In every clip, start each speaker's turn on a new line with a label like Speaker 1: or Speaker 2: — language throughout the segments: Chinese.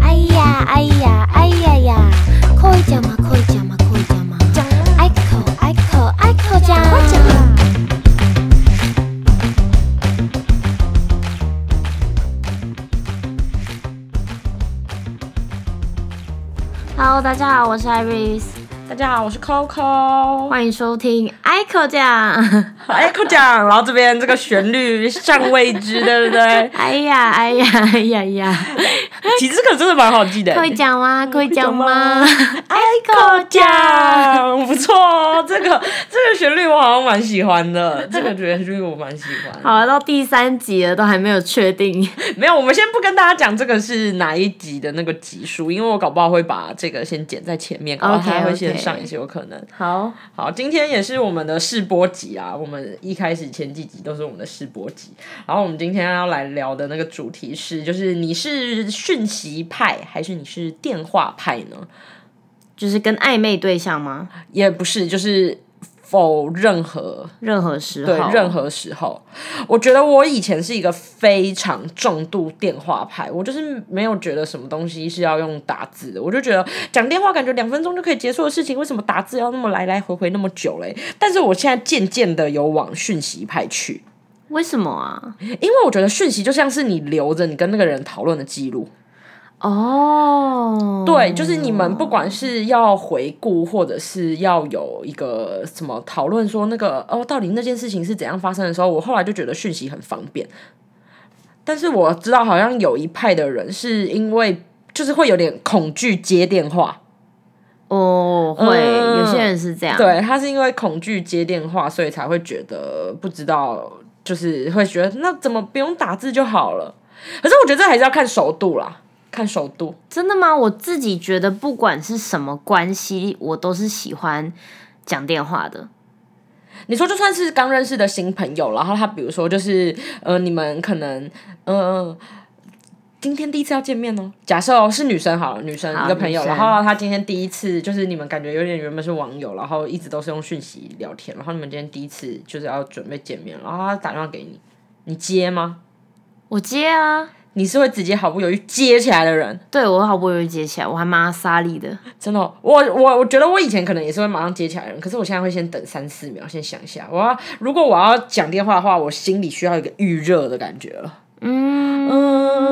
Speaker 1: 哎呀哎呀哎呀呀，可以讲吗？可以讲吗？可以讲吗？
Speaker 2: 讲啊
Speaker 1: 爱口爱口爱口讲。
Speaker 2: 快讲啊！
Speaker 1: Hello，大家好，我是 Iris，
Speaker 2: 大家好，我是 Coco。
Speaker 1: 欢迎收听爱口讲。
Speaker 2: 哎，扣奖，然后这边这个旋律尚未知，对不 对？
Speaker 1: 哎呀哎呀哎呀 呀，
Speaker 2: 其实这个真的蛮好记的。
Speaker 1: 可以讲吗？可以讲吗？
Speaker 2: 爱扣奖，不错哦。这个这个旋律我好像蛮喜欢的，这个旋律我蛮喜欢。
Speaker 1: 好了，到第三集了，都还没有确定。
Speaker 2: 没有，我们先不跟大家讲这个是哪一集的那个集数，因为我搞不好会把这个先剪在前面，然后
Speaker 1: OK，
Speaker 2: 它会
Speaker 1: OK
Speaker 2: 先上一些，有可能。
Speaker 1: 好，
Speaker 2: 好，今天也是我们的试播集啊。我们一开始前几集都是我们的试播集，然后我们今天要来聊的那个主题是，就是你是讯息派还是你是电话派呢？
Speaker 1: 就是跟暧昧对象吗？
Speaker 2: 也不是，就是否任何
Speaker 1: 任何时
Speaker 2: 对
Speaker 1: 候，
Speaker 2: 任何时候，我觉得我以前是一个非常重度电话派，我就是没有觉得什么东西是要用打字的，我就觉得讲电话感觉两分钟就可以结束的事情，为什么打字要那么来来回回那么久嘞？但是我现在渐渐的有往讯息派去，
Speaker 1: 为什么啊？
Speaker 2: 因为我觉得讯息就像是你留着你跟那个人讨论的记录，
Speaker 1: 哦，
Speaker 2: 对，就是你们不管是要回顾，或者是要有一个什么讨论，说那个哦，到底那件事情是怎样发生的时候，我后来就觉得讯息很方便。但是我知道，好像有一派的人是因为就是会有点恐惧接电话，
Speaker 1: 哦，会、
Speaker 2: 嗯
Speaker 1: 有些人是这样，，
Speaker 2: 对他是因为恐惧接电话，所以才会觉得不知道，就是会觉得那怎么不用打字就好了。可是我觉得这还是要看熟度啦，看熟度。
Speaker 1: 真的吗？我自己觉得，不管是什么关系，我都是喜欢讲电话的。
Speaker 2: 你说就算是刚认识的新朋友，然后他比如说就是呃，你们可能呃。今天第一次要见面哦，假设哦是女生好了，女生
Speaker 1: 好
Speaker 2: 一个朋友，
Speaker 1: 女生
Speaker 2: 然后她今天第一次就是你们感觉有点原本是网友，然后一直都是用讯息聊天，然后你们今天第一次就是要准备见面，然后她打电话给你，你接吗？
Speaker 1: 我接啊，
Speaker 2: 你是会直接毫不犹豫接起来的人，
Speaker 1: 对我好不容易接起来，我还蛮沙利的。
Speaker 2: 真的哦、我我我觉得我以前可能也是会马上接起来的人，可是我现在会先等三四秒，先想一下。我要如果我要讲电话的话，我心里需要一个预热的感觉了。
Speaker 1: 嗯，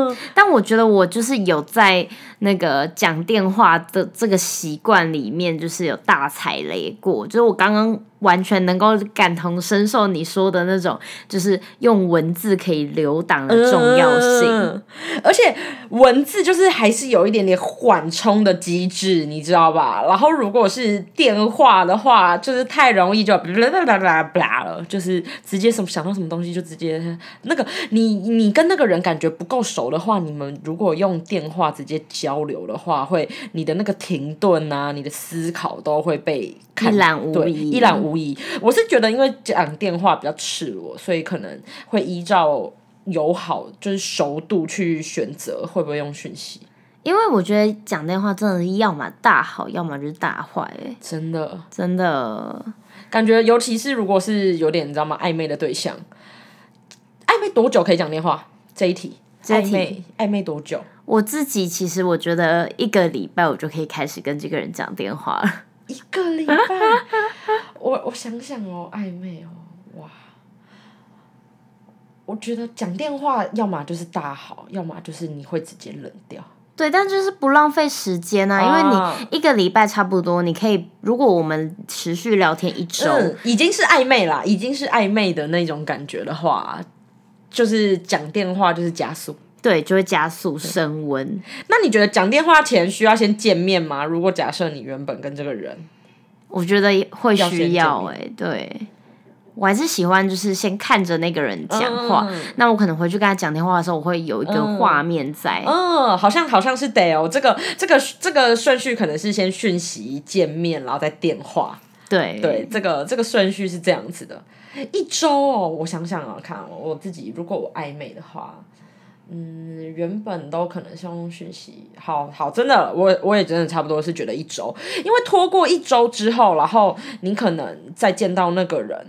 Speaker 2: 嗯，
Speaker 1: 但我觉得我就是有在那个讲电话的这个习惯里面，就是有大踩雷过。就是我刚刚完全能够感同身受你说的那种，就是用文字可以留档的重要性。
Speaker 2: 嗯而且文字就是还是有一点点缓冲的机制，你知道吧？然后如果是电话的话，就是太容易就 blah blah blah blah blah 了，就是直接什么想到什么东西就直接那个你你跟那个人感觉不够熟的话，你们如果用电话直接交流的话，会你的那个停顿啊，你的思考都会被看
Speaker 1: 一览无
Speaker 2: 对
Speaker 1: 遗
Speaker 2: 一览无遗。我是觉得因为讲电话比较赤裸，所以可能会依照。友好就是熟度去选择会不会用讯息，
Speaker 1: 因为我觉得讲电话真的是要么大好，要么就是大坏、欸，
Speaker 2: 真的
Speaker 1: 真的。
Speaker 2: 感觉，尤其是如果是有点你知道吗暧昧的对象，暧昧多久可以讲电话？这一题，
Speaker 1: 这一题
Speaker 2: 暧昧暧昧多久？
Speaker 1: 我自己其实我觉得一个礼拜我就可以开始跟这个人讲电话了。
Speaker 2: 一个礼拜， 我我想想哦，暧昧哦，哇，我觉得讲电话要么就是大好，要么就是你会直接冷掉。
Speaker 1: 对，但就是不浪费时间啊，因为
Speaker 2: 啊
Speaker 1: 你一个礼拜差不多，你可以如果我们持续聊天一周，
Speaker 2: 嗯，已经是暧昧啦，已经是暧昧的那种感觉的话，就是讲电话就是加速。
Speaker 1: 对，就会加速升温。
Speaker 2: 那你觉得讲电话前需要先见面吗？如果假设你原本跟这个人，
Speaker 1: 我觉得会
Speaker 2: 要
Speaker 1: 需
Speaker 2: 先见
Speaker 1: 要哎、
Speaker 2: 面
Speaker 1: 对。我还是喜欢，就是先看着那个人讲话。
Speaker 2: 嗯
Speaker 1: 那我可能回去跟他讲电话的时候，我会有一个
Speaker 2: 嗯
Speaker 1: 画面在。
Speaker 2: 嗯，好像好像是得哦，这个这个这个顺序可能是先讯息、见面，然后再电话。
Speaker 1: 对
Speaker 2: 对，这个这个顺序是这样子的。一周哦，我想想啊，看我我自己，如果我暧昧的话，嗯，原本都可能是用讯息。好好，真的，我我也真的差不多是觉得一周，因为拖过一周之后，然后你可能再见到那个人。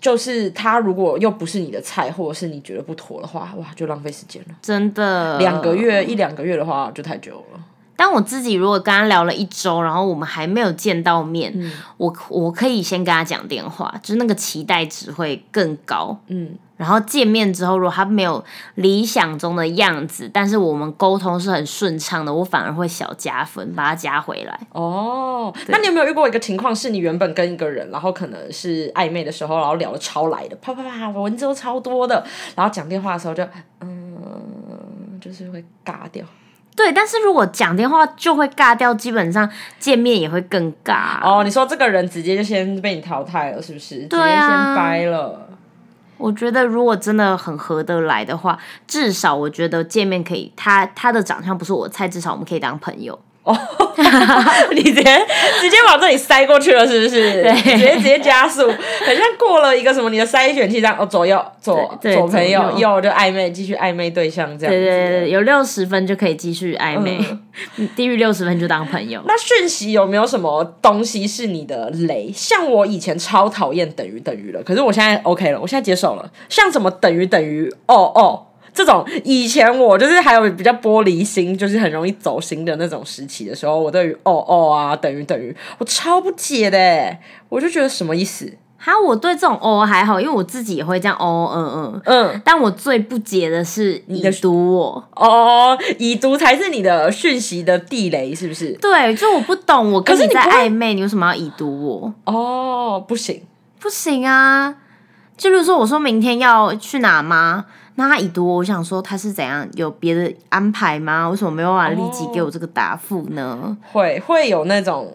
Speaker 2: 就是他如果又不是你的菜，或者是你觉得不妥的话，哇，就浪费时间了。
Speaker 1: 真的
Speaker 2: 两个。月一两个月的话，就太久了。
Speaker 1: 但我自己如果跟他聊了一周，然后我们还没有见到面，
Speaker 2: 嗯
Speaker 1: 我我可以先跟他讲电话，就是那个期待值会更高。
Speaker 2: 嗯，
Speaker 1: 然后见面之后，如果他没有理想中的样子，但是我们沟通是很顺畅的，我反而会小加分，把他加回来。
Speaker 2: 哦，那你有没有遇过一个情况，是你原本跟一个人，然后可能是暧昧的时候，然后聊的超来的，啪啪啪，文字都超多的，然后讲电话的时候就，嗯，就是会尬掉。
Speaker 1: 对，但是如果讲电话就会尬掉，基本上见面也会更尬。
Speaker 2: 哦，你说这个人直接就先被你淘汰了，是不是？
Speaker 1: 对啊
Speaker 2: 直接先掰 了。
Speaker 1: 我觉得如果真的很合得来的话，至少我觉得见面可以，他他的长相不是我的菜，至少我们可以当朋友。
Speaker 2: 你直接直接往这里塞过去了，是不是？对，直接直接加速，很像过了一个什么你的筛选器这样，哦，左右左
Speaker 1: 对对
Speaker 2: 左朋友，
Speaker 1: 左右
Speaker 2: 右就暧昧，继续暧昧对象这样
Speaker 1: 对
Speaker 2: 子。
Speaker 1: 对对，嗯有六十分就可以继续暧昧， 低于六十分就当朋友。
Speaker 2: 那讯息有没有什么东西是你的雷？像我以前超讨厌等于等于的，可是我现在 OK 了，我现在接受了。像什么等于等于哦哦这种，以前我就是还有比较玻璃心，就是很容易走心的那种时期的时候，我对于哦哦啊等于等于，我超不解的欸，我就觉得什么意思？
Speaker 1: 哈，我对这种哦还好，因为我自己也会这样哦嗯嗯。
Speaker 2: 嗯。
Speaker 1: 但我最不解的是你
Speaker 2: 的
Speaker 1: 读我，
Speaker 2: 哦，已读才是你的讯息的地雷，是不是？
Speaker 1: 对，就我不懂，我跟
Speaker 2: 可是你
Speaker 1: 在
Speaker 2: 不会
Speaker 1: 暧昧，你为什么要已读我？
Speaker 2: 哦，不行，
Speaker 1: 不行啊！就比如说，我说明天要去哪吗？那他已读我，我想说他是怎样有别的安排吗？为什么没有办法立
Speaker 2: 哦
Speaker 1: 即给我这个答复呢？
Speaker 2: 会会有那种，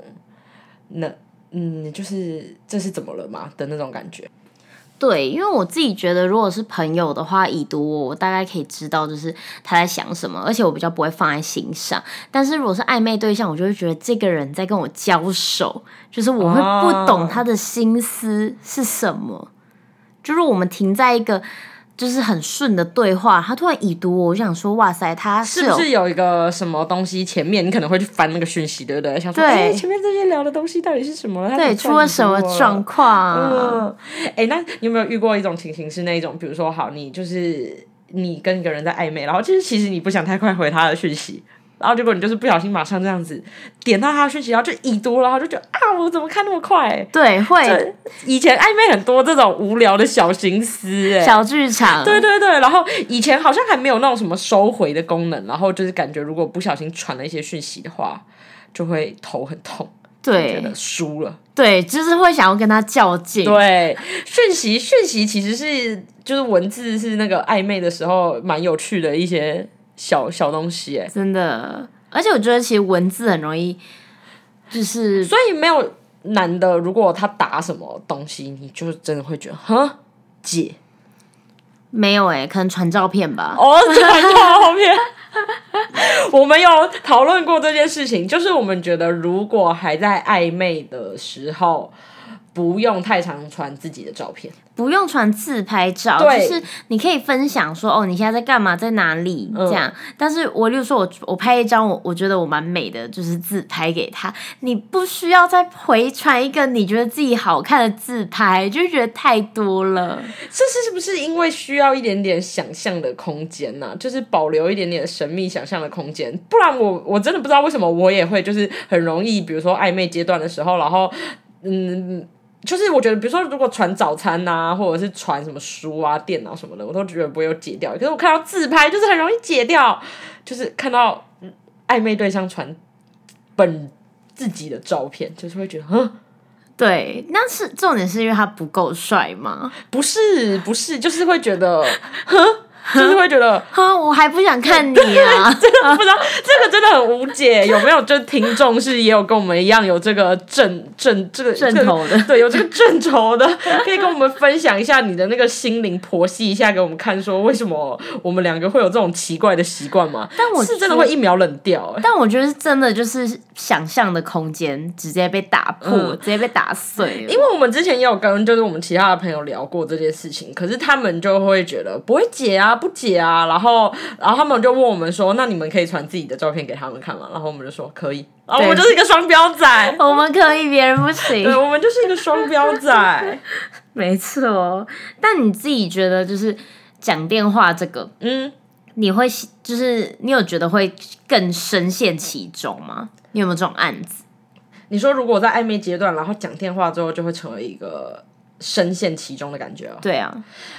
Speaker 2: 那嗯，就是这是怎么了嘛的那种感觉。
Speaker 1: 对，因为我自己觉得，如果是朋友的话，已读我，我大概可以知道就是他在想什么，而且我比较不会放在心上。但是如果是暧昧对象，我就会觉得这个人在跟我交手，就是我会不
Speaker 2: 哦
Speaker 1: 懂他的心思是什么。就是我们停在一个就是很顺的对话，他突然已读我，我就想说，哇塞，他
Speaker 2: 是
Speaker 1: 有
Speaker 2: 不是有一个什么东西前面你可能会去翻那个讯息，对不对？想说，
Speaker 1: 对
Speaker 2: 哎、前面这些聊的东西到底是什么？他
Speaker 1: 对
Speaker 2: 怎
Speaker 1: 出了什么
Speaker 2: 突然已读我
Speaker 1: 状况啊、
Speaker 2: 嗯，哎、那你有没有遇过一种情形是那一种，比如说，好，你就是你跟一个人在暧昧，然后就是其实你不想太快回他的讯息，然后结果你就是不小心马上这样子点到他的讯息，然后就已读了，然后就觉得啊，我怎么看那么快？
Speaker 1: 对，会
Speaker 2: 对，哎以前暧昧很多这种无聊的小心思、哎。
Speaker 1: 小剧场，
Speaker 2: 对对对，然后以前好像还没有那种什么收回的功能，然后就是感觉如果不小心传了一些讯息的话，就会头很痛，觉
Speaker 1: 对嗯
Speaker 2: 得输了。
Speaker 1: 对，就是会想要跟他较劲，
Speaker 2: 对，讯息讯息其实是就是文字是那个暧昧的时候蛮有趣的一些小小东西哎，
Speaker 1: 真的，而且我觉得其实文字很容易，就是
Speaker 2: 所以没有男的如果他打什么东西，你就真的会觉得哈姐
Speaker 1: 没有哎、可能传照片吧。
Speaker 2: 哦，传到后面。我们有讨论过这件事情，就是我们觉得如果还在暧昧的时候，不用太常传自己的照片。
Speaker 1: 不用传自拍照，
Speaker 2: 对
Speaker 1: 就是你可以分享说哦，你现在在干嘛，在哪里、这样。但是我就说我我拍一张我我觉得我蛮美的，就是自拍给他，你不需要再回传一个你觉得自己好看的自拍，就觉得太多了。
Speaker 2: 这是是不是因为需要一点点想象的空间呢、就是保留一点点神秘想象的空间，不然我我真的不知道为什么我也会就是很容易，比如说暧昧阶段的时候，然后嗯。就是我觉得，比如说，如果传早餐呐、或者是传什么书啊、电脑什么的，我都觉得不会有解掉。可是我看到自拍，就是很容易解掉。就是看到嗯暧昧对象传本自己的照片，就是会觉得，嗯，
Speaker 1: 对，那是重点是因为他不够帅吗？
Speaker 2: 不是不是，就是会觉得，哼，就是会觉得，
Speaker 1: 哼，我还不想看你啊！
Speaker 2: 不知道这个真的很无 解，有没有？就听众是也有跟我们一样有这个正正这个
Speaker 1: 正头的
Speaker 2: 这个 对，有这个正头的，可以跟我们分享一下你的那个心灵剖析一下，给我们看说为什么我们两个会有这种奇怪的习惯吗？
Speaker 1: 但我
Speaker 2: 是真的
Speaker 1: 觉得
Speaker 2: 会一秒冷掉、欸，
Speaker 1: 但我觉得是真的就是想象的空间直接被打破，
Speaker 2: 嗯
Speaker 1: 直接被打碎了
Speaker 2: 因。为我们之前也有跟就是我们其他的朋友聊过这件事情，可是他们就会觉得不会解啊，不解啊，然后然后他们就问我们说，那你们可以传自己的照片给他们看吗？然后我们就说可以，然后我们
Speaker 1: 对
Speaker 2: 就是一个双标仔。
Speaker 1: 我们可以，别人不行
Speaker 2: 对，。我们就是一个双标仔。
Speaker 1: 没错。但你自己觉得，就是讲电话这个，
Speaker 2: 嗯，
Speaker 1: 你会就是你有觉得会更深陷其中吗？你有没有这种案子？
Speaker 2: 你说如果在暧昧阶段，然后讲电话之后，就会成为一个深陷其中的感觉哦。
Speaker 1: 对啊，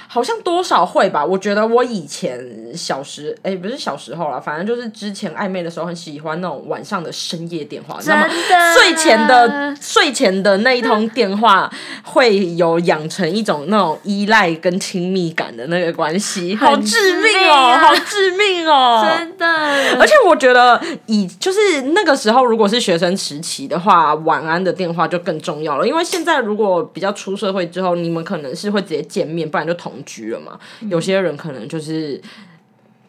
Speaker 2: 好像多少会吧。我觉得我以前小时，哎、不是小时候啦，反正就是之前暧昧的时候，很喜欢那种晚上的深夜电话，你知道吗？
Speaker 1: 的
Speaker 2: 睡前的睡前的那一通电话，会有养成一种那种依赖跟亲密感的那个关系，好
Speaker 1: 很
Speaker 2: 致
Speaker 1: 致
Speaker 2: 命
Speaker 1: 命
Speaker 2: 哦，
Speaker 1: 啊
Speaker 2: 好致命哦，
Speaker 1: 真的，
Speaker 2: 而且我觉得以就是那个时候，如果是学生时期的话，晚安的电话就更重要了。因为现在如果比较出社会之后，你们可能是会直接见面，不然就同居了嘛。有些人可能就是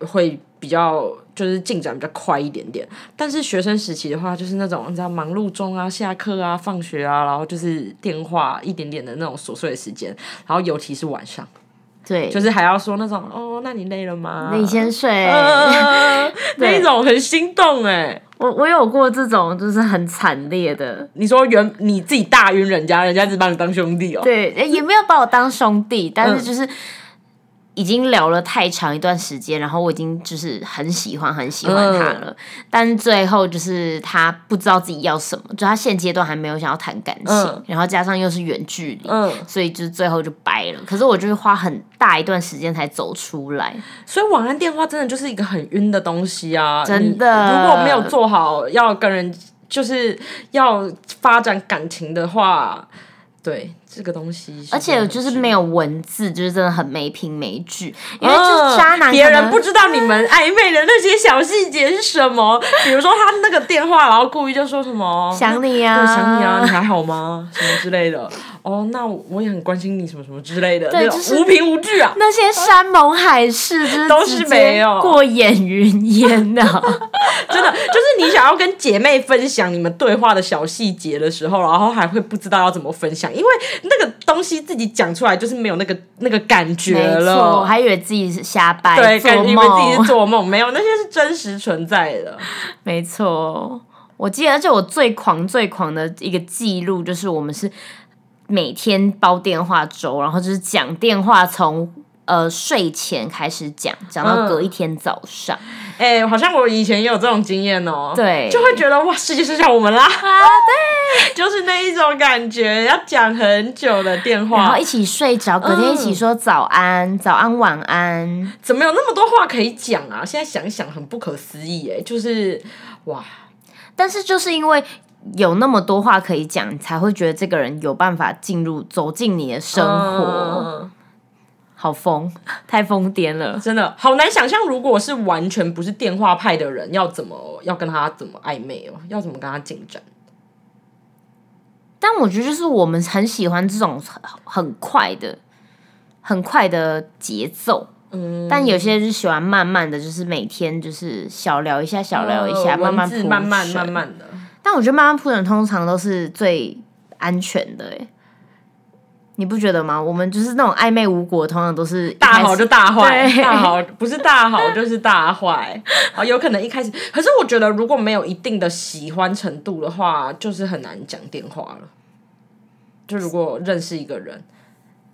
Speaker 2: 会比较就是进展比较快一点点，但是学生时期的话，就是那种你知道忙碌中啊、下课啊、放学啊，然后就是电话一点点的那种琐碎的时间，然后尤其是晚上，
Speaker 1: 对，
Speaker 2: 就是嗯还要说那种哦，那你累了吗？
Speaker 1: 那你先睡。
Speaker 2: 呃， 那一种很心动哎、
Speaker 1: 我我有过这种就是很惨烈的，
Speaker 2: 你说原你自己大晕人家，人家只把你当兄弟哦、
Speaker 1: 对，诶也没有把我当兄弟，但是就是已经聊了太长一段时间，然后我已经就是很喜欢很喜欢他了，
Speaker 2: 嗯
Speaker 1: 但是最后就是他不知道自己要什么，就他现阶段还没有想要谈感情，
Speaker 2: 嗯
Speaker 1: 然后加上又是远距离。
Speaker 2: 嗯，
Speaker 1: 所以就是最后就掰了，可是我就是花很大一段时间才走出来，
Speaker 2: 所以晚安电话真的就是一个很晕的东西啊！
Speaker 1: 真的
Speaker 2: 你如果没有做好要跟人就是要发展感情的话，对这个东西，
Speaker 1: 而且就是没有文字，就是真的很没凭没据，因为就是渣男可能、
Speaker 2: 嗯别人不知道你们暧昧的那些小细节是什么，比如说他那个电话，然后故意就说什 么
Speaker 1: 想你呀、
Speaker 2: 对，想你啊，你还好吗？什么之类的。哦，那我也很关心你，什么什么之类的，
Speaker 1: 对
Speaker 2: 那种
Speaker 1: 就是
Speaker 2: 无凭无据啊。
Speaker 1: 那些山盟海誓就是
Speaker 2: 都
Speaker 1: 直
Speaker 2: 是
Speaker 1: 接
Speaker 2: 没有
Speaker 1: 过眼云烟啊的、
Speaker 2: 真的就是你想要跟姐妹分享你们对话的小细节的时候，然后还会不知道要怎么分享，因为那个东西自己讲出来就是没有那个那个感觉
Speaker 1: 没错，我
Speaker 2: 了。
Speaker 1: 还以为自己是瞎掰
Speaker 2: 对，
Speaker 1: 做
Speaker 2: 感觉以为自己是
Speaker 1: 梦，
Speaker 2: 做梦，没有那些是真实存在的。
Speaker 1: 没错。我记得，而且我最狂最狂的一个记录就是我们是每天煲电话粥，然后就是讲电话从。呃，睡前开始讲，讲
Speaker 2: 嗯
Speaker 1: 到隔一天早上，
Speaker 2: 哎、好像我以前也有这种经验哦、
Speaker 1: 对
Speaker 2: 就会觉得哇，世界剩下我们啦。啊，对， 就是那一种感觉，要讲很久的电
Speaker 1: 然后
Speaker 2: 话
Speaker 1: 一，起睡着，隔天一起
Speaker 2: 嗯
Speaker 1: 说早安、早安、晚安，
Speaker 2: 怎么有那么多话可以讲啊？现在想一想，很不可思议哎、就是哇，
Speaker 1: 但是就是因为有那么多话可以讲，你才会觉得这个人有办法进入走进你的生活，
Speaker 2: 嗯
Speaker 1: 好 疯，太疯癫了。
Speaker 2: 真的好难想象，如果是完全不是电话派的人，要怎么要跟他怎么暧昧哦，要怎么跟他进展？
Speaker 1: 但我觉得就是我们很喜欢这种很很快的、很快的节奏。
Speaker 2: 嗯，
Speaker 1: 但有些人就喜欢慢慢的，就是每天就是小聊一下，小聊一下，
Speaker 2: 呃
Speaker 1: 慢慢
Speaker 2: 文字
Speaker 1: 铺
Speaker 2: 慢慢
Speaker 1: 陈
Speaker 2: 慢。慢的。
Speaker 1: 但我觉得慢慢铺陈通常都是最安全的、欸，你不觉得吗？我们就是那种暧昧无果，通常都是一
Speaker 2: 大
Speaker 1: 开
Speaker 2: 好
Speaker 1: 始
Speaker 2: 就大坏，
Speaker 1: 对
Speaker 2: 大好不是大好就是大坏。啊，有可能一开始，可是我觉得如果没有一定的喜欢程度的话，就是很难讲电话了。就如果认识一个人，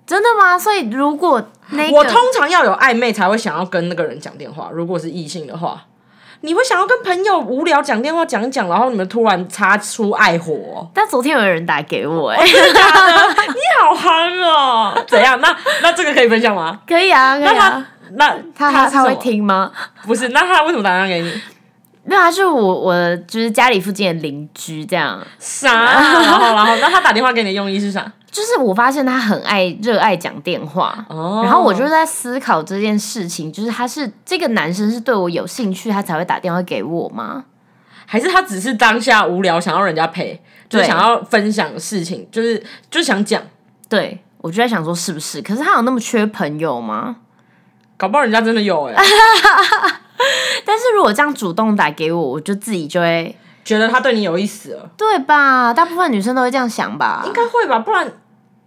Speaker 1: 真的吗？所以如果那个
Speaker 2: 我通常要有暧昧才会想要跟那个人讲电话。如果是异性的话，你会想要跟朋友无聊讲电话讲一讲，然后你们突然擦出爱火 哦、
Speaker 1: 但昨天有人打给我、欸，
Speaker 2: 你好憨哦、 怎样？那那这个可以分享吗？
Speaker 1: 可以啊，可
Speaker 2: 那
Speaker 1: 以
Speaker 2: 他
Speaker 1: 啊。
Speaker 2: 那
Speaker 1: 他他
Speaker 2: 他是什
Speaker 1: 他
Speaker 2: 么
Speaker 1: 会？听吗？
Speaker 2: 不是，那他为什么打电话给你？
Speaker 1: 没有，他是我我就是家里附近的邻居这样。
Speaker 2: 啥？ 然后然后，那他打电话给你的用意是啥？
Speaker 1: 就是我发现他很爱热爱讲电话，
Speaker 2: 哦
Speaker 1: 然后我就在思考这件事情，就是他是这个男生是对我有兴趣，他才会打电话给我吗？
Speaker 2: 还是他只是当下无聊，想要人家陪，就是
Speaker 1: 对
Speaker 2: 想要分享事情，就是就是想讲，
Speaker 1: 对我就在想说是不是？可是他有那么缺朋友吗？
Speaker 2: 搞不好人家真的有 哎、
Speaker 1: 但是如果这样主动打给我，我就自己就会
Speaker 2: 觉得他对你有意思了，
Speaker 1: 对吧？大部分女生都会这样想吧？
Speaker 2: 应该会吧，不然。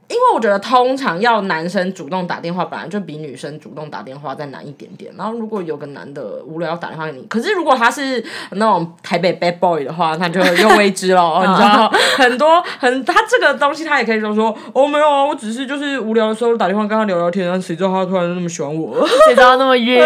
Speaker 2: 应因为我觉得通常要男生主动打电话，本来就比女生主动打电话再难一点点。然后如果有个男的无聊要打电话给你，可是如果他是那种台北 bad boy 的话，那就又未知了哦。你知道，很多很他这个东西他也可以说说哦没有啊，我只是就是无聊的时候打电话跟他聊聊天，然后谁知道他突然那么喜欢我，
Speaker 1: 谁知道那么晕？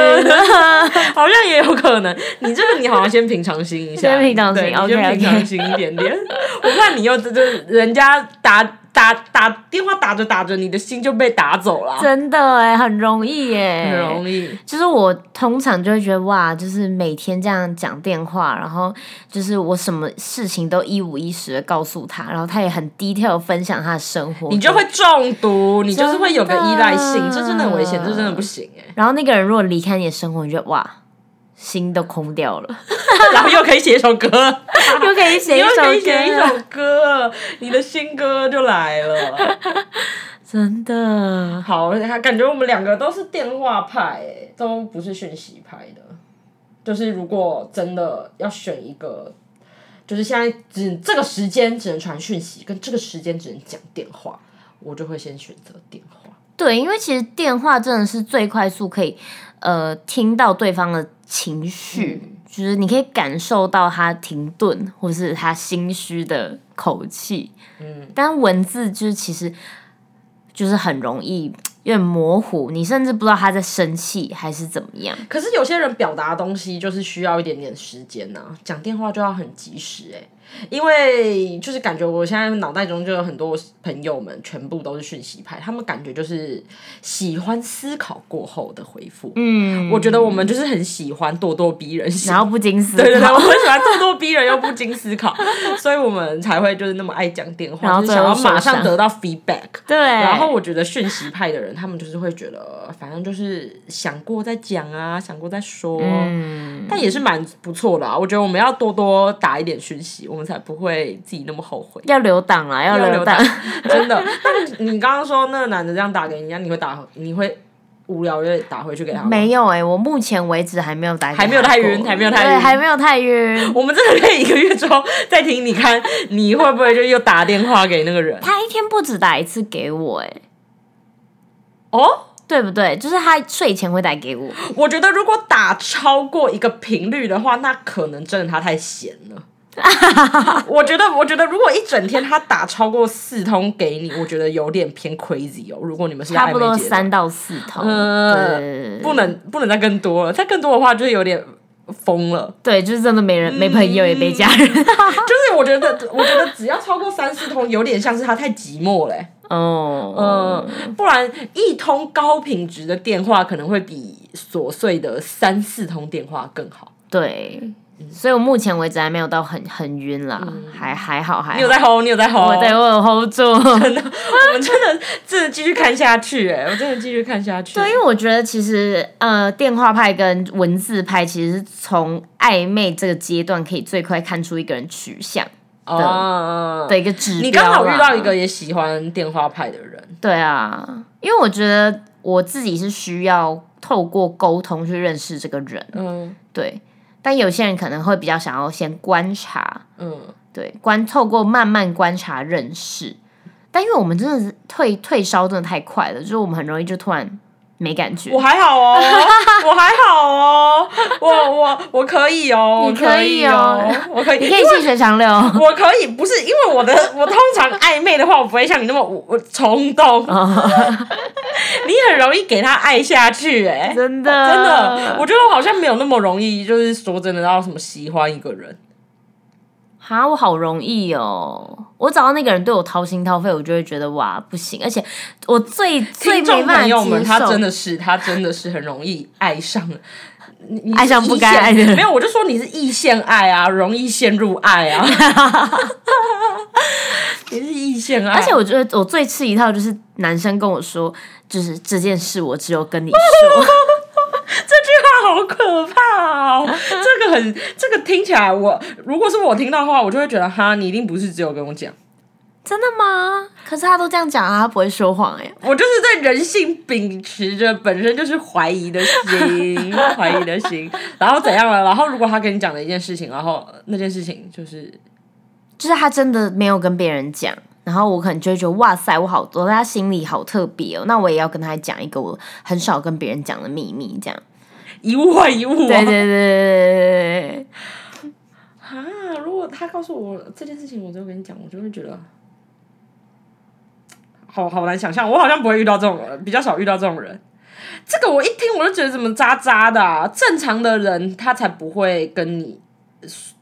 Speaker 2: 好像也有可能。你这个你好像先平常心一下，
Speaker 1: 先平常心
Speaker 2: 对你
Speaker 1: OK，OK
Speaker 2: 先平常心一点点。 我怕你又就是人家打打打电话打着打着，你的心就被打走了，
Speaker 1: 真的哎、很容易耶、
Speaker 2: 很容易。
Speaker 1: 就是我通常就会觉得哇，就是每天这样讲电话，然后就是我什么事情都一五一十的告诉他，然后他也很 detail 分享他的生活，
Speaker 2: 你就会中毒，你就是会有个依赖性，
Speaker 1: 真的
Speaker 2: 这真的很危险，这真的不行哎、
Speaker 1: 然后那个人如果离开你的生活，你觉得哇，心都空掉 了，
Speaker 2: 然后又可以写一首歌，
Speaker 1: 又可以写一
Speaker 2: 又
Speaker 1: 首
Speaker 2: 可以写一
Speaker 1: 歌
Speaker 2: 首
Speaker 1: 了，
Speaker 2: 歌，你的新歌就来了。
Speaker 1: 真的。
Speaker 2: 好，还感觉我们两个都是电话派、欸，都不是讯息派的。就是如果真的要选一个，就是现在只这个时间只能传讯息，跟这个时间只能讲电话，我就会先选择电话。
Speaker 1: 对，因为其实电话真的是最快速可以呃听到对方的情绪，
Speaker 2: 嗯
Speaker 1: 就是你可以感受到他停顿或是他心虚的口气。嗯，但文字就是其实就是很容易有点模糊，你甚至不知道他在生气还是怎么样。
Speaker 2: 可是有些人表达的东西就是需要一点点时间呐、讲电话就要很及时哎、因为就是感觉我现在脑袋中就有很多朋友们全部都是讯息派，他们感觉就是喜欢思考过后的回复，
Speaker 1: 嗯，
Speaker 2: 我觉得我们就是很喜欢咄咄逼人型，
Speaker 1: 然后不经思考，
Speaker 2: 对对对，我们喜欢咄咄逼人又不经思考，所以我们才会就是那么爱讲电话，
Speaker 1: 然后
Speaker 2: 就是想要
Speaker 1: 最后受
Speaker 2: 马上
Speaker 1: 伤
Speaker 2: 得到 feedback。
Speaker 1: 对
Speaker 2: 然后我觉得讯息派的人，他们就是会觉得，反正就是想过再讲啊，想过再说，
Speaker 1: 嗯，
Speaker 2: 但也是蛮不错的啊。我觉得我们要多多打一点讯息，我们才不会自己那么后悔。
Speaker 1: 要留档啦，要
Speaker 2: 要
Speaker 1: 留
Speaker 2: 留
Speaker 1: 档
Speaker 2: 档。真的，那你刚刚说那个男的这样打给你，那你会打，你会无聊就打回去给他吗？
Speaker 1: 没有哎、我目前为止还没有打给他过，
Speaker 2: 还没有太晕还没有太
Speaker 1: 对
Speaker 2: 晕
Speaker 1: 还没有太晕。
Speaker 2: 我们真的可以一个月之后再听，你看你会不会就又打电话给那个人？
Speaker 1: 他一天不止打一次给我、哎，
Speaker 2: 哦，
Speaker 1: 对不对？就是他睡前会打给 我，
Speaker 2: 我觉得如果打超过一个频率的话，那可能真的他太闲 了。我觉得，我觉得如果一整天他打超过四通给你，我觉得有点偏 crazy 哦。如果你们是在
Speaker 1: 差不
Speaker 2: 暧
Speaker 1: 多
Speaker 2: 昧阶段
Speaker 1: 三到四通。
Speaker 2: 呃
Speaker 1: 对，
Speaker 2: 不能不能再更多了，再更多的话就是有点疯了。
Speaker 1: 对，就是真的没人、没朋友也没家人。
Speaker 2: 就是我觉得，我觉得只要超过三四通，有点像是他太寂寞了欸、
Speaker 1: 哦，
Speaker 2: 嗯，不然一通高品质的电话可能会比琐碎的三四通电话更好。
Speaker 1: 对，所以我目前为止还没有到很很晕啦，还还好还
Speaker 2: 嗯你有
Speaker 1: 好。
Speaker 2: 在哦吼，你有在吼，
Speaker 1: 我对我有 hold 住，
Speaker 2: 我们真的真的继续看下去、 哎，我真的继续看下去。
Speaker 1: 对，因为我觉得其实呃，电话派跟文字派其实是从暧昧这个阶段可以最快看出一个人取向
Speaker 2: 哦，
Speaker 1: 的一个指标啦。
Speaker 2: 你刚好遇到一个也喜欢电话派的人，
Speaker 1: 对啊，因为我觉得我自己是需要透过沟通去认识这个人，
Speaker 2: 嗯
Speaker 1: 对。但有些人可能会比较想要先观察，
Speaker 2: 嗯，
Speaker 1: 对，观透过慢慢观察认识。但因为我们真的是退退烧真的太快了，就是我们很容易就突然没感觉。
Speaker 2: 我还好 哦，我还好哦，我我我可以哦，
Speaker 1: 你
Speaker 2: 我
Speaker 1: 可
Speaker 2: 可
Speaker 1: 以哦
Speaker 2: 哦，我可以，
Speaker 1: 你可以细水长流，
Speaker 2: 我可以，不是因为我的，我通常暧昧的话，我不会像你那么我我冲动， 你很容易给他爱下去、哎，
Speaker 1: 真的
Speaker 2: 真的，我觉得我好像没有那么容易，就是说真的到什么喜欢一个人，
Speaker 1: 哈，我好容易哦！我找到那个人对我掏心掏肺，我就会觉得哇不行，而且我最最
Speaker 2: 听
Speaker 1: 没办
Speaker 2: 众
Speaker 1: 法
Speaker 2: 朋
Speaker 1: 接
Speaker 2: 友
Speaker 1: 受，
Speaker 2: 们，他真的是，他真的是很容易爱上。你你是
Speaker 1: 爱上不该爱的
Speaker 2: 异
Speaker 1: 人
Speaker 2: 线没有，我就说你是异线爱啊，容易陷入爱 啊。你是异线爱，
Speaker 1: 而且我觉得我最吃一套就是男生跟我说，就是这件事我只有跟 你说，
Speaker 2: 好可怕 哦！这个很，这个听起来我，如果是我听到的话，我就会觉得哈，你一定不是只有跟我讲，
Speaker 1: 真的吗？可是他都这样讲啊，他不会说谎哎、
Speaker 2: 我就是对人性秉持着本身就是怀疑的心，怀疑的心。然后怎样了？然后如果他跟你讲了一件事情，然后那件事情就是
Speaker 1: 就是他真的没有跟别人讲，然后我可能就会觉得哇塞，我好我在他心里好特别哦，那我也要跟他讲一个我很少跟别人讲的秘密，这样。
Speaker 2: 一物换一物、啊。
Speaker 1: 对对对对对对对对
Speaker 2: 啊，如果他告诉我这件事情，我就跟你讲，我就会觉得。好好难想象，我好像不会遇到这种人，比较少遇到这种人。这个我一听我就觉得怎么渣渣的、啊，正常的人他才不会跟你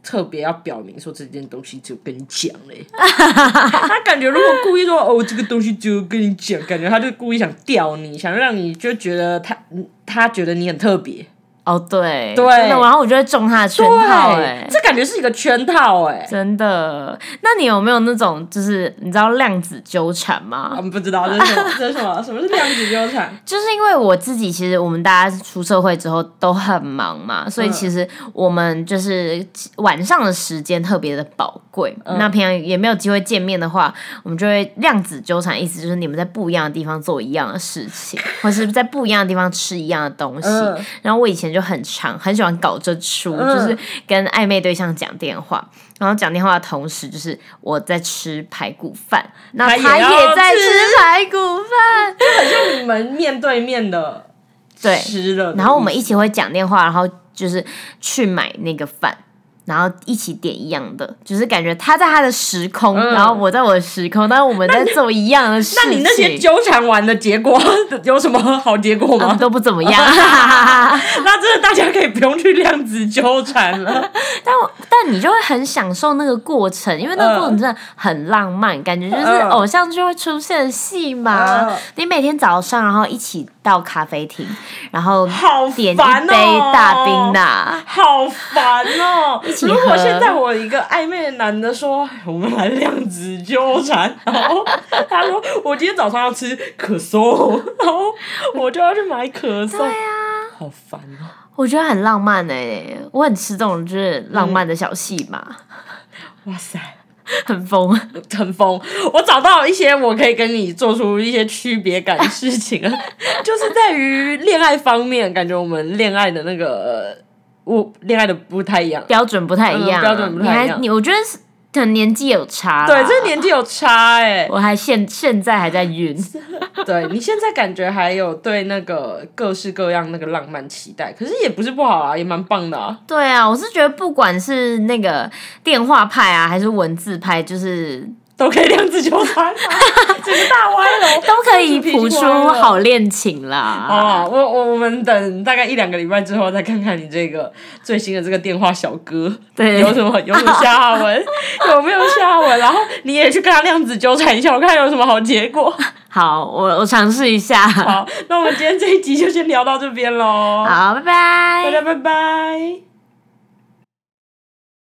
Speaker 2: 特别要表明说这件东西只有跟你讲 嘞、他他感觉如果故意说哦这个东西只有跟你讲，感觉他就故意想吊你，想让你就觉得他他觉得你很特别。
Speaker 1: 哦对，
Speaker 2: 对
Speaker 1: 真的然后我就会中他的圈套、哎
Speaker 2: 对，，这感觉是一个圈套哎、
Speaker 1: 真的。那你有没有那种就是你知道量子纠缠吗？
Speaker 2: 啊我们不知道这是什么，这是什么？什么是量子纠缠？
Speaker 1: 就是因为我自己，其实我们大家出社会之后都很忙
Speaker 2: 嗯
Speaker 1: 嘛，所以其实我们就是晚上的时间特别的宝贵。
Speaker 2: 嗯
Speaker 1: 那平常也没有机会见面的话，我们就会量子纠缠，意思就是你们在不一样的地方做一样的事 情，或是在不一样的地方吃一样的东西。
Speaker 2: 嗯
Speaker 1: 然后我以前就很常很喜欢搞这出，
Speaker 2: 嗯
Speaker 1: 就是跟暧昧对象讲电话。然后讲电话的同时，就是我在吃排骨饭，那
Speaker 2: 他
Speaker 1: 他
Speaker 2: 也要
Speaker 1: 也在
Speaker 2: 吃
Speaker 1: 吃排骨饭，
Speaker 2: 就你们面对面的
Speaker 1: 对，
Speaker 2: 吃了的意思，
Speaker 1: 然后我们一起会讲电话，然后就是去买那个饭，然后一起点一样的，就是感觉他在他的时空，
Speaker 2: 嗯
Speaker 1: 然后我在我的时空，但是我们在做一样的事情。
Speaker 2: 那你那些纠缠完的结果 有什么好结果
Speaker 1: 啊
Speaker 2: 吗？
Speaker 1: 都不怎么 样，
Speaker 2: 那真的大家可以不用去量子纠缠 了。
Speaker 1: 但我但你就会很享受那个过程，因为那个过程真的很浪漫，感觉就是
Speaker 2: 嗯
Speaker 1: 偶像剧会出现的戏嘛。
Speaker 2: 嗯
Speaker 1: 你每天早上然后一起到咖啡厅，然后
Speaker 2: 好
Speaker 1: 点一
Speaker 2: 烦哦
Speaker 1: 杯大 冰呐、
Speaker 2: 好烦哦！
Speaker 1: 起喝
Speaker 2: 如果现在我一个暧昧的男的说，哎我们来量子纠缠，然 后他说我今天早上要吃可颂，然后我就要去买可颂，对啊，好烦哦！
Speaker 1: 我觉得很浪漫哎、我很吃这种就是浪漫的小戏嘛，
Speaker 2: 嗯哇塞，
Speaker 1: 很疯。
Speaker 2: 很疯。我找到一些我可以跟你做出一些区别感的事情 了，就是在于恋爱方面，感觉我们恋爱的那个，呃我恋爱的不太一样。
Speaker 1: 标准不太一样啊、
Speaker 2: 嗯标准不太一样
Speaker 1: 你还你我觉得是可能年纪有差啦。
Speaker 2: 对，这年纪有差哎、
Speaker 1: 我还现现在还在晕，
Speaker 2: 对你现在感觉还有对那个各式各样那个浪漫期待，可是也不是不好啊，也蛮棒的啊。
Speaker 1: 对啊，我是觉得不管是那个电话派啊，还是文字派，就是
Speaker 2: 都可以量子纠缠、啊，整个大歪 楼
Speaker 1: 都可以
Speaker 2: 这 就
Speaker 1: 谱
Speaker 2: 是
Speaker 1: 出
Speaker 2: 脾气歪了
Speaker 1: 好恋情啦。
Speaker 2: 啊！我我我们等大概一两个礼拜之后再看看你这个最新的这个电话小哥，
Speaker 1: 对
Speaker 2: 有什么有什么下 文，有没有下文？然后你也去跟他量子纠缠一下，我看有什么好结果。
Speaker 1: 好，我我尝试一下。好，
Speaker 2: 好，那我们今天这一集就先聊到这边喽，
Speaker 1: 拜拜
Speaker 2: 大家拜拜。